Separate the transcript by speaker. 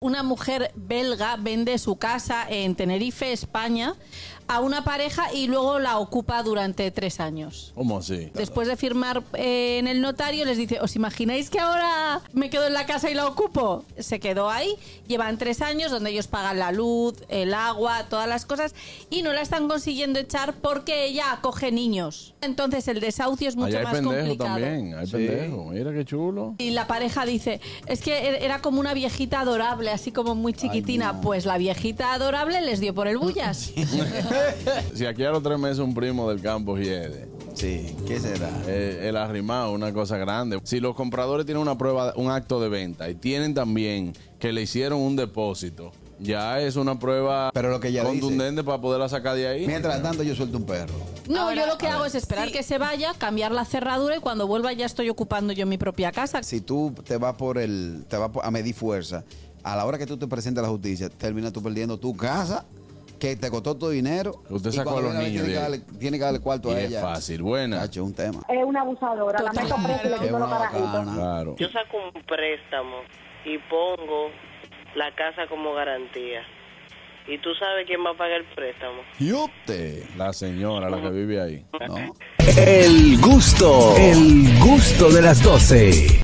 Speaker 1: una mujer belga vende su casa en Tenerife, España, a una pareja y luego la ocupa durante tres años.
Speaker 2: ¿Cómo así?
Speaker 1: Después de firmar eh, en el notario, les dice: ¿Os imagináis que ahora me quedo en la casa y la ocupo? Se quedó ahí. Llevan tres años donde ellos pagan la luz, el agua, todas las cosas y no la están consiguiendo echar porque ella acoge niños. Entonces el desahucio es mucho
Speaker 2: Allá hay
Speaker 1: más
Speaker 2: pendejo
Speaker 1: complicado.
Speaker 2: también, hay
Speaker 3: Sí.
Speaker 2: pendejo. Mira qué chulo.
Speaker 1: Y la pareja dice, es que er- era como una viejita adorable, así como muy chiquitina. Pues la viejita adorable les dio por el bullas.
Speaker 2: Si aquí a los tres meses un primo del campo hiede.
Speaker 3: Sí, ¿qué será?
Speaker 2: eh, el arrimado, una cosa grande. Si los compradores tienen una prueba, un acto de venta y tienen también que le hicieron un depósito, ya es una prueba
Speaker 3: Pero lo que ella dice.
Speaker 2: contundente para poderla sacar de ahí.
Speaker 3: Mientras tanto, yo suelto un perro.
Speaker 1: No,
Speaker 4: Ahora,
Speaker 1: yo lo que
Speaker 4: a
Speaker 1: hago
Speaker 4: ver,
Speaker 1: es esperar
Speaker 4: sí.
Speaker 1: que se vaya, cambiar la cerradura y cuando vuelva ya estoy ocupando yo mi propia casa.
Speaker 3: Si tú te vas por el, te vas por- a medir fuerza, a la hora que tú te presentas a la justicia, terminas tú perdiendo tu casa, que te costó tu dinero.
Speaker 2: Usted
Speaker 3: y
Speaker 2: sacó
Speaker 3: cuando
Speaker 2: a los
Speaker 3: viene ver,
Speaker 2: niños
Speaker 3: Tiene que,
Speaker 2: de
Speaker 3: darle,
Speaker 2: ahí.
Speaker 3: tiene que darle cuarto
Speaker 2: Y
Speaker 3: a
Speaker 2: es
Speaker 3: ella.
Speaker 2: fácil, buena.
Speaker 3: Cacho, un tema.
Speaker 5: Es una abusadora, la meto preso y le
Speaker 4: Claro.
Speaker 3: Es
Speaker 5: quito los
Speaker 3: una
Speaker 5: carajitos.
Speaker 3: bacana.
Speaker 2: Claro.
Speaker 6: Yo saco un préstamo y pongo la casa como garantía. ¿Y tú sabes quién va a pagar el préstamo?
Speaker 3: Yute.
Speaker 2: La señora, la que vive ahí.
Speaker 3: No.
Speaker 7: El gusto, el gusto de las doce.